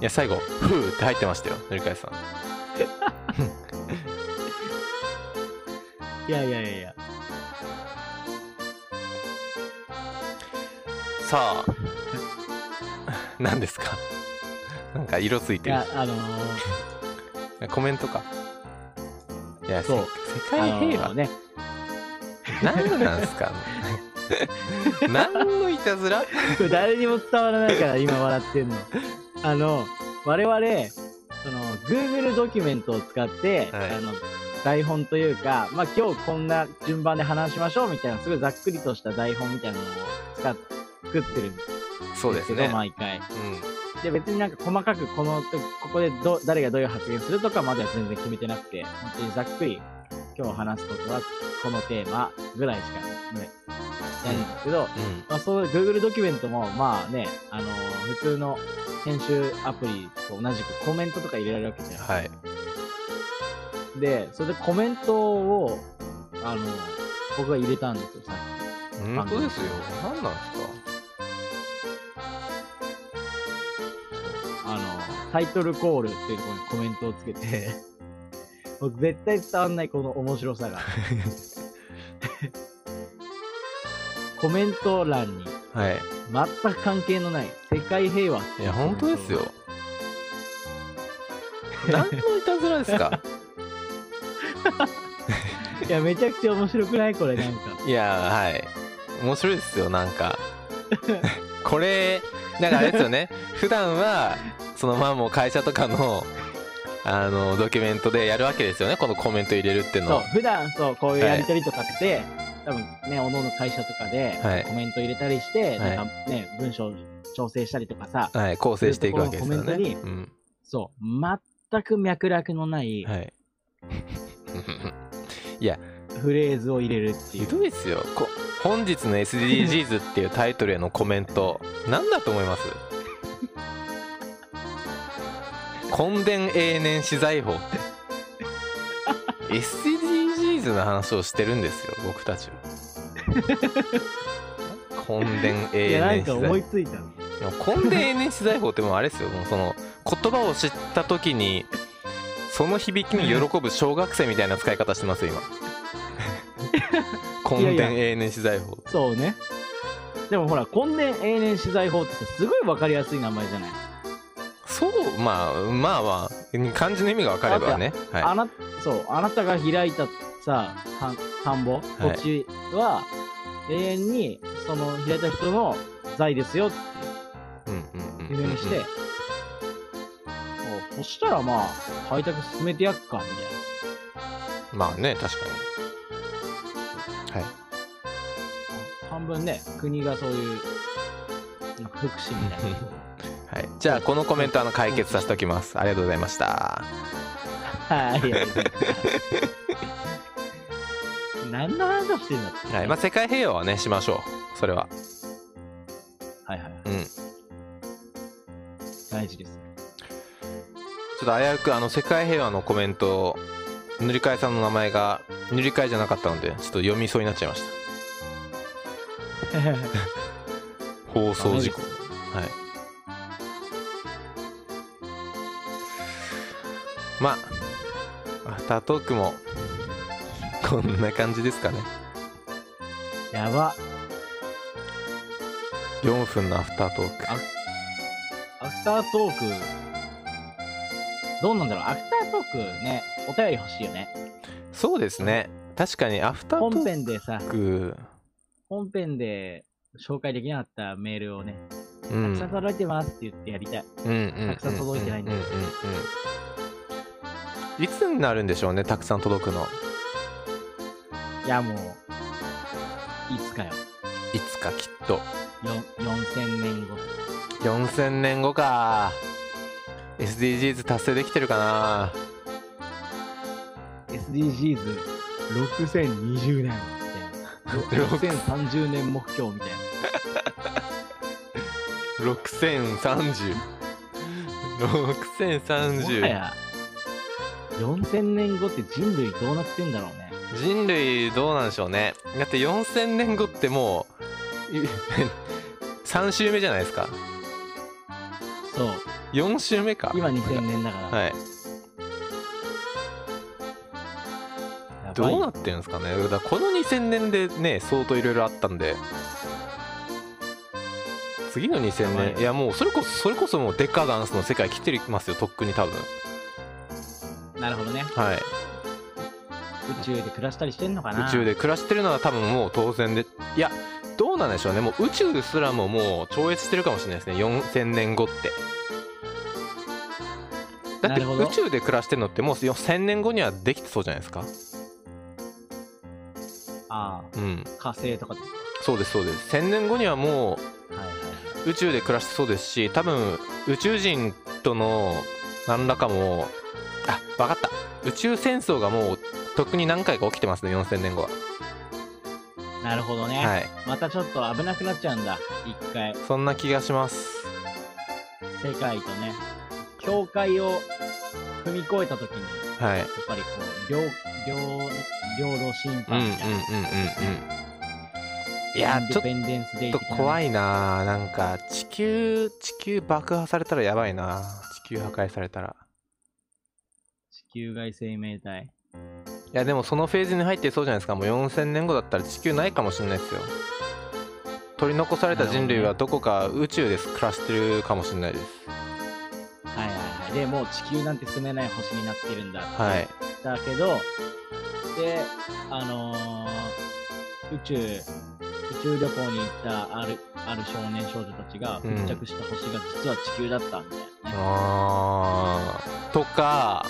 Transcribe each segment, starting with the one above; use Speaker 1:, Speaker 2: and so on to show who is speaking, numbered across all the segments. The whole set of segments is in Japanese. Speaker 1: いや、最後、ふーって入ってましたよ、塗り替えさん。
Speaker 2: いやいやいやいや。
Speaker 1: さあ、 何ですかなんか色つい
Speaker 2: い
Speaker 1: てる
Speaker 2: や、あのー、
Speaker 1: し。コメントか。いや、せ
Speaker 2: そう
Speaker 1: 世界平和
Speaker 2: あのーね。
Speaker 1: 何なんすか何のいたずら
Speaker 2: これ誰にも伝わらないから今笑ってんの。あの、我々、その、Google ドキュメントを使って、
Speaker 1: はい
Speaker 2: あの、台本というか、まあ、今日こんな順番で話しましょうみたいな、すごいざっくりとした台本みたいなのを使っ作ってるんです
Speaker 1: そうです
Speaker 2: けど、
Speaker 1: ね。
Speaker 2: 毎回。
Speaker 1: う
Speaker 2: で、別になんか細かくこの時、ここでど、誰がどういう発言するとかまでは全然決めてなくて、本当にざっくり、今日話すことはこのテーマぐらいしかねないんですけど、
Speaker 1: ん。うん。
Speaker 2: まあ、そう、Google ドキュメントも、まあね、あのー普通の編集アプリと同じくコメントとか入れられるわけじゃない
Speaker 1: はい。
Speaker 2: で、それでコメントを、あのー僕が入れたんですよ、さっ
Speaker 1: 本当ですよ。何なんですか
Speaker 2: き。あのータイトルコールっていうところにコメントをつけて、もう絶対伝わんないこの面 白さが。コメント欄に
Speaker 1: はい。
Speaker 2: 全く関係のない世界平和って
Speaker 1: いうや、本当ですよ。何のいたずらですか
Speaker 2: いや、めちゃくちゃ面白くないこれなん か。
Speaker 1: いや、はい。面白いですよ、なん か。これ、だからあれですよね。普段は、そのまあもう会社とかの、あの、ドキュメントでやるわけですよね。このコメント入れるっていうの
Speaker 2: そ
Speaker 1: を
Speaker 2: う、普段そう、こういうやりとりとかって、多分ね、おのの会社とかで
Speaker 1: はい、
Speaker 2: コメント入れたりして、
Speaker 1: はい
Speaker 2: なんかね、文章調整したりとかさ、
Speaker 1: はい、構成していくわけですよ
Speaker 2: ずっとこのコメ
Speaker 1: ね
Speaker 2: ン。
Speaker 1: うん。
Speaker 2: そう、全く脈絡のない
Speaker 1: はい。
Speaker 2: フレーズを入れるってい
Speaker 1: ひ
Speaker 2: う。
Speaker 1: どいですよこ本日の SDGs っていうタイトルへのコメント何だと思い ます根伝永年資材法って SDGs の話をしてるんですよ僕た ちは根伝
Speaker 2: いや、
Speaker 1: 永
Speaker 2: なん
Speaker 1: 年資
Speaker 2: か
Speaker 1: 材
Speaker 2: 思
Speaker 1: 法
Speaker 2: いついたの。
Speaker 1: でも根伝永年資材法ってもうあれですよ もうその言葉を知った時にその響きに喜ぶ小学生みたいな使い方してます よ今
Speaker 2: いや
Speaker 1: 根
Speaker 2: いや
Speaker 1: 伝永年資材法
Speaker 2: そうね。でもほら、今年永年資材法ってさ、すごいわかりやすい名前じゃない、
Speaker 1: そうまあまあまあ漢字の意味が分かればね
Speaker 2: あ
Speaker 1: は
Speaker 2: な、そう、あなたが開いたさ、田ん田んぼ、土
Speaker 1: い
Speaker 2: 地は、永遠に、その、開いた人の財ですよっていう。
Speaker 1: いうんうんうん
Speaker 2: 夢にして、もうそしたらまあ、開拓進めてやっか、みたい
Speaker 1: まあね確かにはい
Speaker 2: な。半分ね、国がそういう、なんか福祉みたい な。
Speaker 1: はい、じゃあこのコメントあの解決させておきますありがとうございました
Speaker 2: はい、やいや何の話をしてんだって。
Speaker 1: はいまあ世界平和はねしましょうそれは
Speaker 2: はいはいはい。
Speaker 1: うん
Speaker 2: 大事です。
Speaker 1: ちょっと危うくあの世界平和のコメント塗り替えさんの名前が塗り替えじゃなかったのでちょっと読みそうになっちゃいました放送事故
Speaker 2: ダメです
Speaker 1: はいまあアフタートークもこんな感じですかね
Speaker 2: やば。
Speaker 1: 4分のアフタートーク
Speaker 2: あアフタートーク、どうなんだろう。アフタートークね、お便り欲しいよね。
Speaker 1: そうですね確かにアフタート
Speaker 2: 本
Speaker 1: ー
Speaker 2: 編でさ、
Speaker 1: ク
Speaker 2: 本編で紹介できなかったメールをね、
Speaker 1: うん
Speaker 2: たくさん届いてますって言ってやりたい。
Speaker 1: うんうん
Speaker 2: たくさん届いてないんだ
Speaker 1: うんうんうんうんいつになるんでしょうねたくさん届くの
Speaker 2: いやもう、いつかよ。
Speaker 1: いつかきっと
Speaker 2: よ4000年後。
Speaker 1: 4000年後か SDGs 達成できてるかな
Speaker 2: SDGs6020 年みたいな。6030年目標みたいな。もは
Speaker 1: 60306030
Speaker 2: や、4000年後って人類どうなってんだろうね。
Speaker 1: 人類どうなんでしょうねだって4000年後ってもう3週目じゃないですか
Speaker 2: そう。
Speaker 1: 4週目か
Speaker 2: 今2000年だから、
Speaker 1: はい
Speaker 2: やばい
Speaker 1: どうなってるんですかねだからこの2000年でね相当いろいろあったんで次の2000
Speaker 2: は
Speaker 1: 年、
Speaker 2: い
Speaker 1: い、やもうそれこそそれこそもうデカダンスの世界来てますよとっくに多分
Speaker 2: なるほどね
Speaker 1: はい
Speaker 2: 宇宙で暮らしたりしてんのかな
Speaker 1: 宇宙で暮らしてるのは多分もう当然でいやどうなんでしょうねもう宇宙すらももう超越してるかもしれないですね4000年後ってだっ
Speaker 2: な
Speaker 1: て
Speaker 2: るほど
Speaker 1: 宇宙で暮らしてるのってもう1000年後にはできてそうじゃないですか
Speaker 2: あ
Speaker 1: うん
Speaker 2: あ火星とかです
Speaker 1: そうですそうです1000年後にはもう
Speaker 2: はいはいはい
Speaker 1: 宇宙で暮らしてそうですし多分宇宙人との何らかもあ分かった宇宙戦争がもうとっくに何回か起きてますね4000年後は
Speaker 2: なるほどね、
Speaker 1: はい
Speaker 2: またちょっと危なくなっちゃうんだ一回
Speaker 1: そんな気がします
Speaker 2: 世界とね境界を踏み越えた時にや
Speaker 1: はい
Speaker 2: っぱりこう両両両路審
Speaker 1: うんうんうん
Speaker 2: 判
Speaker 1: うんうん
Speaker 2: みたいな、
Speaker 1: いや
Speaker 2: イン
Speaker 1: ち
Speaker 2: デ
Speaker 1: ょ
Speaker 2: ィペンデンスデイ
Speaker 1: っと怖
Speaker 2: い
Speaker 1: いななんか地球地球爆破されたらやばいな地球破壊されたら
Speaker 2: 地球外生命体
Speaker 1: いやでもそのフェーズに入ってそうじゃないですかもう4000年後だったら地球ないかもしれないですよ取り残された人類はどこか宇宙で暮らしてるかもしれないです
Speaker 2: はいはいはいでもう地球なんて住めない星になってるんだ
Speaker 1: はい
Speaker 2: だけどであのー宇宙宇宙旅行に行ったあるある少年少女たちが
Speaker 1: うん
Speaker 2: 密着した星が実は地球だったみたいなね、
Speaker 1: あーとか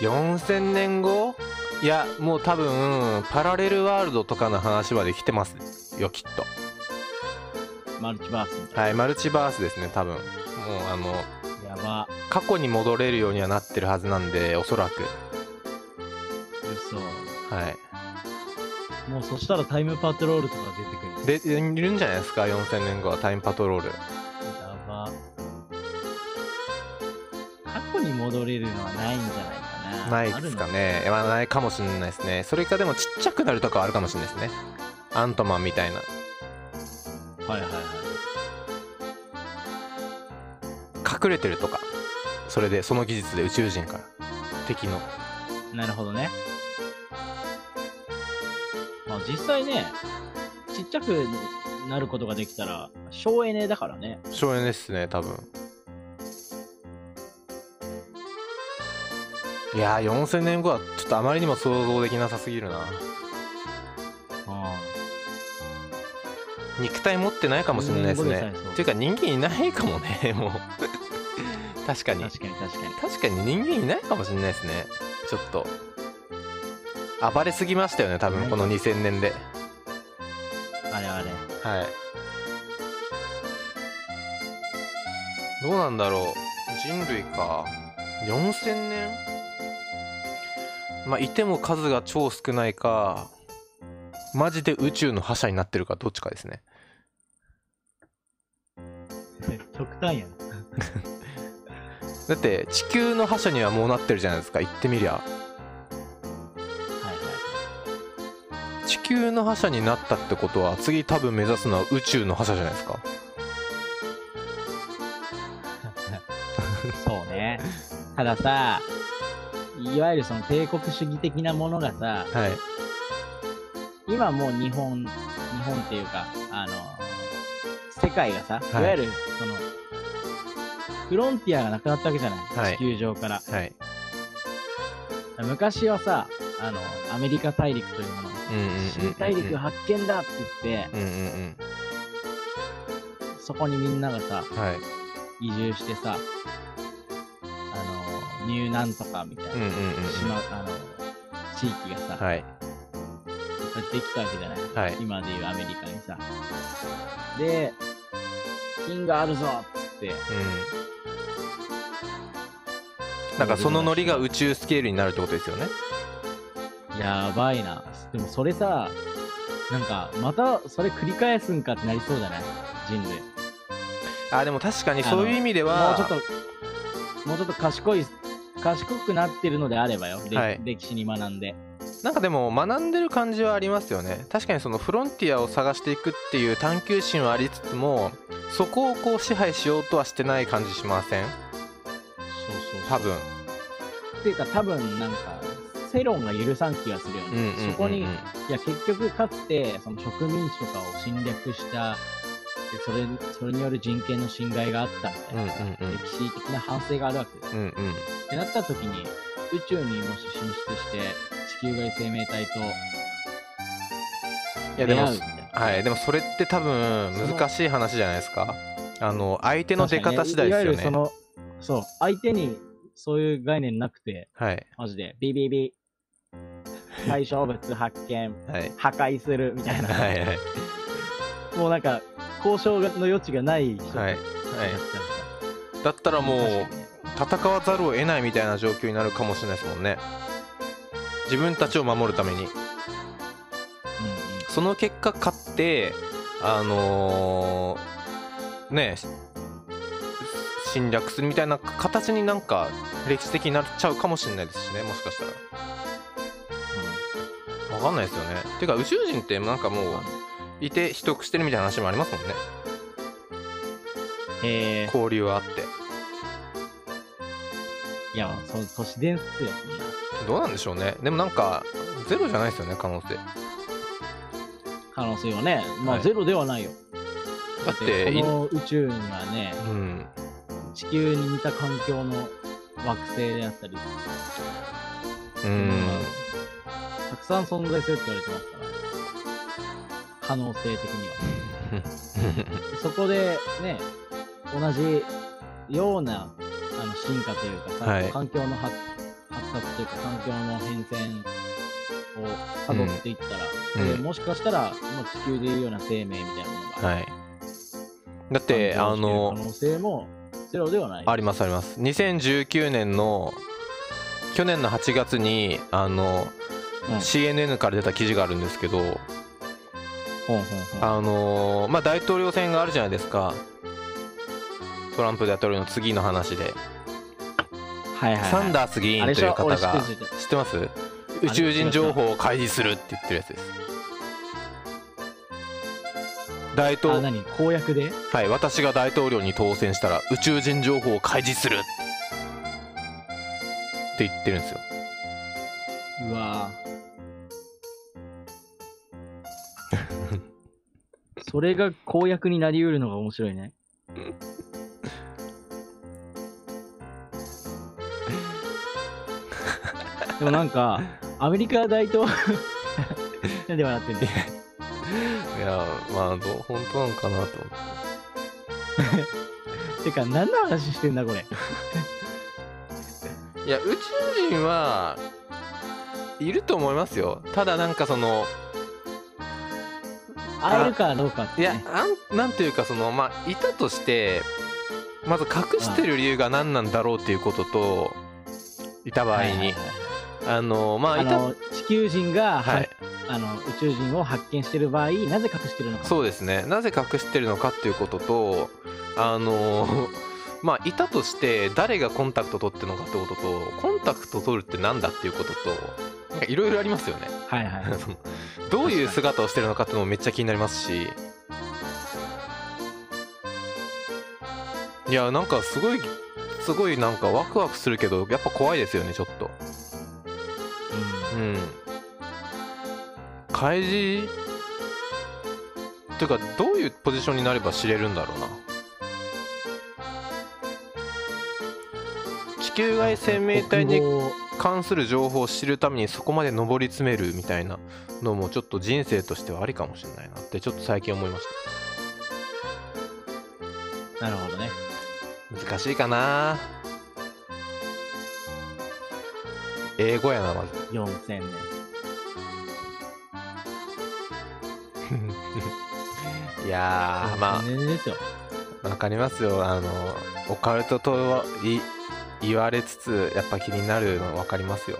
Speaker 1: 4000年後いやもう多分パラレルワールドとかの話まで来てますよきっと
Speaker 2: マルチバースみたい
Speaker 1: はいマルチバースですね多分もうあの
Speaker 2: なやば
Speaker 1: 過去に戻れるようにはなってるはずなんでおそらく
Speaker 2: 嘘
Speaker 1: はい
Speaker 2: もうそしたらタイムパトロールとか出てくる
Speaker 1: でいるんじゃないですか4000年後はタイムパトロール
Speaker 2: やば過去に戻れるのはないんじゃないかな
Speaker 1: ないですかねいやまあないかもしれないですねそれかでもちっちゃくなるとかはあるかもしれないですねアントマンみたいな
Speaker 2: あるのはいはいはい
Speaker 1: 隠れてるとかそれでその技術で宇宙人から敵の
Speaker 2: なるほどね。まあ実際ね、ちっちゃくなることができたら、省エネだからね。
Speaker 1: 省エネですね多分いやー4000年後はちょっとあまりにも想像できなさすぎるな肉体持ってないかもしれないです
Speaker 2: 人
Speaker 1: ね
Speaker 2: 間ごめんなさいそう
Speaker 1: っていうか人間いないかもねもう確かに
Speaker 2: 確かに確かに。
Speaker 1: 確かに人間いないかもしれないですねちょっと暴れすぎましたよね多分この2000年で
Speaker 2: あれあれ。
Speaker 1: はい。どうなんだろう。人類か。4000年まあ、いても数が超少ないか、マジで宇宙の覇者になってるか、どっちかですね。
Speaker 2: 極端やな。
Speaker 1: だって、地球の覇者にはもうなってるじゃないですか、言ってみりゃ。
Speaker 2: はい
Speaker 1: 地球の覇者になったってことは、次多分目指すのは宇宙の覇者じゃないですか。
Speaker 2: はい。そうね。たださ、いわゆるその帝国主義的なものがさ、
Speaker 1: はい。
Speaker 2: 今もう日本、日本っていうか、あの、世界がさ、
Speaker 1: はい
Speaker 2: い、わゆるその、フロンティアがなくなったわけじゃない、
Speaker 1: はい
Speaker 2: 地球上から。
Speaker 1: はい。
Speaker 2: 昔はさあのアメリカ大陸というもの
Speaker 1: うんうんうんうんうん
Speaker 2: 新大陸発見だって言っ
Speaker 1: う
Speaker 2: て
Speaker 1: んうん
Speaker 2: そこにみんながさ
Speaker 1: うん。はい。
Speaker 2: 移住してさあのニューなんとかみたいな、
Speaker 1: うんうんうん
Speaker 2: 島
Speaker 1: う
Speaker 2: あの地域がさ、
Speaker 1: ん。はい。
Speaker 2: できたわけじゃない、
Speaker 1: はい。
Speaker 2: 今でいうアメリカにさで金があるぞっつって
Speaker 1: うん。なんかそのノリが宇宙スケールになるってことですよね。
Speaker 2: やばいなでもそれさなんかまたそれ繰り返すんかってなりそうじゃない人類
Speaker 1: あでも確かにそういう意味で
Speaker 2: も
Speaker 1: は
Speaker 2: うちょっと、もうちょっと賢い、賢くなってるのであればよ。で
Speaker 1: はい
Speaker 2: 歴史に学んで。
Speaker 1: なんかでも学んでる感じはありますよね確かにそのフロンティアを探していくっていう探求心はありつつもそこをこう支配しようとはしてない感じしません
Speaker 2: そうそう
Speaker 1: 多分
Speaker 2: っていうか多分なんか世論が許さん気がするよ
Speaker 1: うんうん
Speaker 2: ね、
Speaker 1: うんうん
Speaker 2: そこにいや結局かつてその植民地とかを侵略したでそれそれによる人権の侵害があったみたいな、
Speaker 1: うんうんうん
Speaker 2: 歴史的な反省があるわけです、
Speaker 1: うんうん
Speaker 2: ってなった時に宇宙にもし進出して地球外生命体と
Speaker 1: いや
Speaker 2: 出
Speaker 1: でも
Speaker 2: 会うみたいな
Speaker 1: はいでもそれって多分難しい話じゃないですかあの相手の出方次第ですよね
Speaker 2: 確かにいわゆるそのそう相手にそういう概念なくて
Speaker 1: はい
Speaker 2: マジでビビビ対象物発見
Speaker 1: はい
Speaker 2: 破壊するみたいな、
Speaker 1: はいはい
Speaker 2: もうなんか交渉の余地がない人たち
Speaker 1: はいは
Speaker 2: だっ
Speaker 1: い
Speaker 2: たんですよ
Speaker 1: だったらもう
Speaker 2: 確かにね
Speaker 1: 戦わざるを得ないみたいな状況になるかもしれないですもんね自分たちを守るためにその結果勝ってあのーねえ侵略するみたいな形になんか歴史的になっちゃうかもしれないですしねもしかしたら分かんないですよねていうか宇宙人ってなんかも
Speaker 2: うんうん
Speaker 1: ういて秘匿してるみたいな話もありますもんね
Speaker 2: え
Speaker 1: 交流はあって
Speaker 2: ー、いやそ都市伝説よ
Speaker 1: どうなんでしょうねでもなんかゼロじゃないですよね可能性
Speaker 2: 可能性はねま
Speaker 1: は
Speaker 2: あ
Speaker 1: い
Speaker 2: ゼロではないよ、
Speaker 1: だってい
Speaker 2: この宇宙にはね
Speaker 1: うん
Speaker 2: 地球に似た環境の惑星であったり
Speaker 1: うん
Speaker 2: たくさん存在するって言われてますから可能性的にはそこでね、同じようなあの進化というかさ、
Speaker 1: はい
Speaker 2: 環境の発発達というか、環境の変遷を辿っていったら、
Speaker 1: うん
Speaker 2: それもしかしたら、もう地球でいうような生命みたいなものが、
Speaker 1: はいだってあ
Speaker 2: 誕
Speaker 1: の
Speaker 2: 生している可能性もゼロではない。
Speaker 1: ありますあります2019年の去年の8月にあの、
Speaker 2: うん
Speaker 1: CNN から出た記事があるんですけど
Speaker 2: ほんほんほん
Speaker 1: あのーまあ大統領選があるじゃないですかトランプ大統領の次の話で、
Speaker 2: はいはいはい、
Speaker 1: サンダース議
Speaker 2: あ
Speaker 1: 員
Speaker 2: れ
Speaker 1: とい
Speaker 2: でし
Speaker 1: う
Speaker 2: ょ
Speaker 1: 方
Speaker 2: 俺
Speaker 1: が
Speaker 2: 知ってる知って
Speaker 1: 知ってます宇宙人情報を開示するって言ってるやつです大
Speaker 2: るあ、
Speaker 1: 統
Speaker 2: 何公約で
Speaker 1: はい私が大統領に当選したら宇宙人情報を開示するって言ってるんですよ
Speaker 2: うわ ぁそれが公約になりうるのが面白いね。 でもなんか、アメリカ大統領 なんで笑ってんの
Speaker 1: いやまあどう本当なのかなと思って
Speaker 2: てか、何の話してんだ、これ。
Speaker 1: いや宇宙人はいると思いますよただなんかその
Speaker 2: 会えるかどうかって、
Speaker 1: い
Speaker 2: ね。
Speaker 1: やあんなんていうかそのまあいたとしてまず隠してる理由が何なんだろうっていうことといた場合
Speaker 2: はいはいはい
Speaker 1: にあのまあ
Speaker 2: あ
Speaker 1: いた
Speaker 2: の、地球人が、は
Speaker 1: はい
Speaker 2: あの、宇宙人を発見してる場合、なぜ隠してるのか。
Speaker 1: そうですねなぜ隠してるのかっていうこととあの まあいたとして誰がコンタクト取ってるのかってこととコンタクト取るってなんだっていうこととなんかいろいろありますよね
Speaker 2: はい はい。
Speaker 1: そのどういう姿をしてるのかっていうのもめっちゃ気になりますしいやなんかすごいすごいなんかワクワクするけどやっぱ怖いですよねちょっと
Speaker 2: うん
Speaker 1: うん開示というかどういうポジションになれば知れるんだろうな地球外生命体に
Speaker 2: 国語
Speaker 1: 関する情報を知るためにそこまで上り詰めるみたいなのもちょっと人生としてはありかもしれないなってちょっと最近思いまし
Speaker 2: なるほどね。
Speaker 1: た難しいかな英語やなまず
Speaker 2: 4000年。
Speaker 1: いやーまあ
Speaker 2: 4000年ですよ。
Speaker 1: わかりますよあのオカルトとい言われつつやっぱ気になるのわかりますよ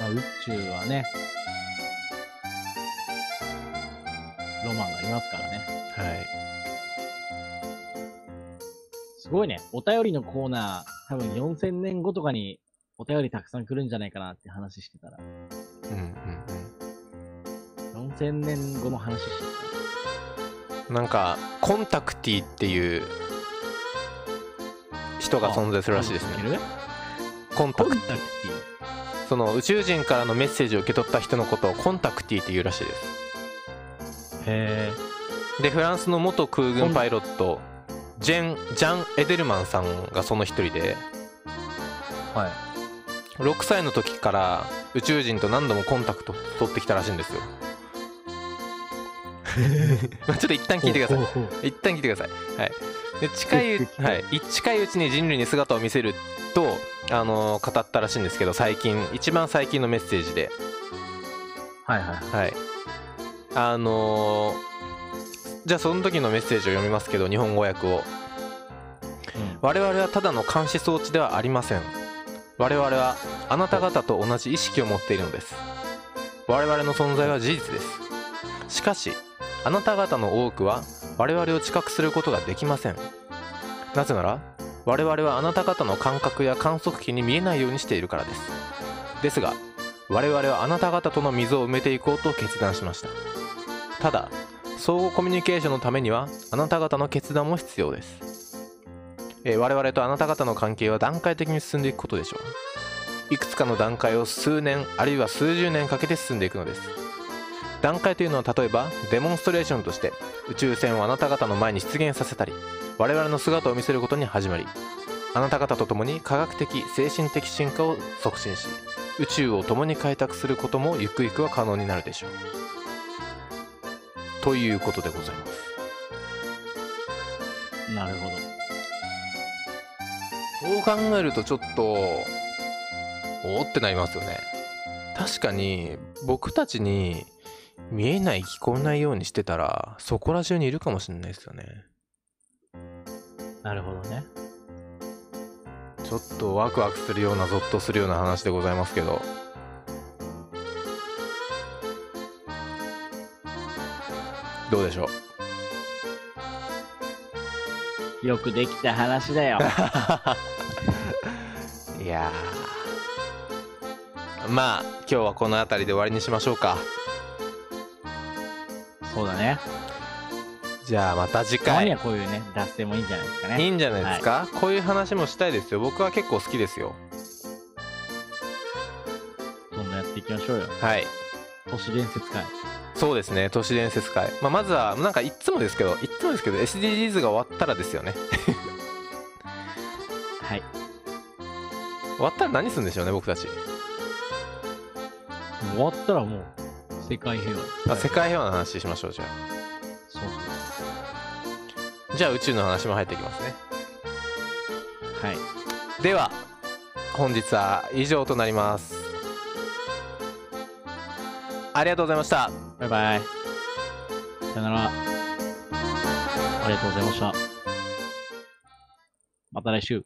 Speaker 2: まあ、宇宙はね、ロマンがありますからね。
Speaker 1: は
Speaker 2: すごいね。お便りのコーナー、多分4000年後とかにお便りたくさん来るんじゃないかなって話してたら、
Speaker 1: いうんうん
Speaker 2: 4000年後の話して
Speaker 1: うんなんかコンタクティっていう人が存在するらしいです
Speaker 2: コン
Speaker 1: ね
Speaker 2: タクトいける
Speaker 1: コン
Speaker 2: コ
Speaker 1: タ
Speaker 2: ン
Speaker 1: ク
Speaker 2: タ
Speaker 1: ト
Speaker 2: クティ
Speaker 1: その宇宙人からのメッセージを受け取った人のことをコンタクティっていうらしいです
Speaker 2: へ
Speaker 1: でフランスの元空軍パイロットジェン・ジャン・エデルマンさんがその一人で
Speaker 2: えはい
Speaker 1: 6歳の時から宇宙人と何度もコンタクトを取ってきたらしいんです よまあちょっと一 旦聞いてください
Speaker 2: ほうほうほう
Speaker 1: 一旦聞いてください、はい、で近い、はい、い近いうちに人類に姿を見せると、あのー語ったらしいんですけど最近一番最近のメッセージで、
Speaker 2: はいはい
Speaker 1: はい、あのーじゃあその時のメッセージを読みますけど日本語訳を
Speaker 2: うん
Speaker 1: 我々はただの監視装置ではありません我々はあなた方と同じ意識を持っているのです我々の存在は事実ですしかしあなた方の多くは我々を知覚することができませんなぜなら我々はあなた方の感覚や観測器に見えないようにしているからですですが我々はあなた方との溝を埋めていこうと決断しましたただ相互コミュニケーションのためにはあなた方の決断も必要ですえー我々とあなた方の関係は段階的に進んでいくことでしょういくつかの段階を数年あるいは数十年かけて進んでいくのです段階というのは例えばデモンストレーションとして宇宙船をあなた方の前に出現させたり我々の姿を見せることに始まりあなた方と共に科学的精神的進化を促進し宇宙を共に開拓することもゆくゆくは可能になるでしょうということでございます
Speaker 2: なるほど
Speaker 1: そう考えるとちょっと、おーってなりますよね。確かに、僕たちに見えない、聞こえないようにしてたら、そこら中にいるかもしれないですよね。
Speaker 2: なるほどね
Speaker 1: ちょっとワクワクするような、ゾッとするような話でございますけど。どうでしょう
Speaker 2: よくできた話だよ
Speaker 1: いやー。まあ、今日はこの辺りで終わりにしましょうか。
Speaker 2: そうだね
Speaker 1: じゃあまた次
Speaker 2: たま
Speaker 1: 回
Speaker 2: に。はこういうね脱線もいいんじゃないですか
Speaker 1: いい
Speaker 2: ね
Speaker 1: んじゃないですか、こういう話もしたいですよ僕は結構好きですよ
Speaker 2: どんどんやっていきましょうよ
Speaker 1: はい
Speaker 2: 都市伝説会
Speaker 1: そうですね都市伝説会、まあ、まずはなんかいっつもですけどいっつもですけど SDGs が終わったらですよね
Speaker 2: はい
Speaker 1: 終わったら何するんでしょうね僕たち
Speaker 2: 終わったらもう世界平和です
Speaker 1: あ世界平和の話しましょうじゃ
Speaker 2: そうそうそ
Speaker 1: あじゃあ宇宙の話も入ってきますね
Speaker 2: うはい
Speaker 1: では本日は以上となりますありがとうございました
Speaker 2: バイバイさよならありがとうございましたまた来週